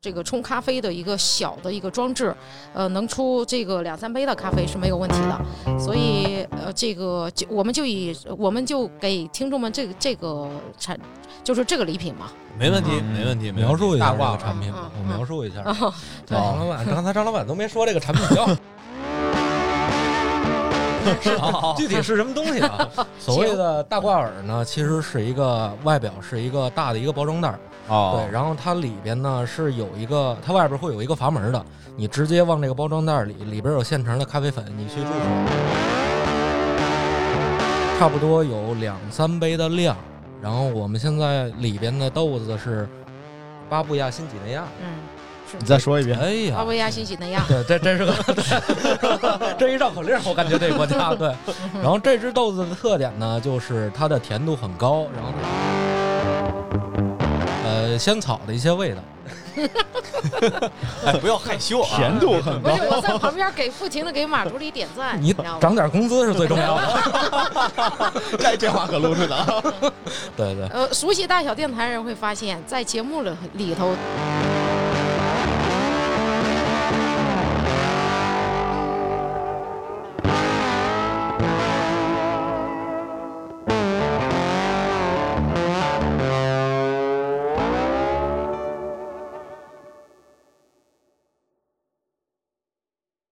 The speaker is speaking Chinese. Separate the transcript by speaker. Speaker 1: 这个冲咖啡的一个小的一个装置，呃，能出这个两三杯的咖啡是没有问题的。所以，呃，这个就我们就以我们就给听众们这个这个产，就是这个礼品嘛。
Speaker 2: 没问题，
Speaker 3: 嗯
Speaker 2: 没问题，没问
Speaker 3: 描
Speaker 2: 题
Speaker 3: 述一下
Speaker 2: 大
Speaker 3: 这个
Speaker 2: 挂
Speaker 3: 产品吧，
Speaker 1: 嗯
Speaker 3: 啊我
Speaker 1: 嗯
Speaker 3: 描述一下。
Speaker 1: 哦，对
Speaker 3: 张老 板，刚才张老板都没说这个产品 叫 具体是什么东西啊？ 所谓的大挂耳呢，其实是一个外表是一个大的一个包装袋儿，啊
Speaker 2: 哦
Speaker 3: 对，，然后它里边呢是有一个，它外边会有一个阀门的，你直接往这个包装袋里，里边有现成的咖啡粉，你去注水，差不多有两三杯的量。然后我们现在里边的豆子是巴布亚新几内亚，
Speaker 1: 嗯，
Speaker 4: 你再说一 遍，
Speaker 3: 哎呀，
Speaker 1: 巴布亚新几内亚，
Speaker 3: 对，这真是个，对这一绕口令儿，我感觉这个国家对。然后这只豆子的特点呢，就是它的甜度很高，然后呃仙草的一些味道。
Speaker 2: 哎，不要害羞啊，
Speaker 4: 甜度 很
Speaker 1: 不
Speaker 4: 高
Speaker 1: 是，我在旁边给不停的给马助理点赞，
Speaker 3: 你
Speaker 1: 知道吗？
Speaker 3: 涨点工资是最重要的。
Speaker 4: 这这话可露出来了。
Speaker 3: 对对，
Speaker 1: 呃，熟悉大小电台人会发现，在节目里里头，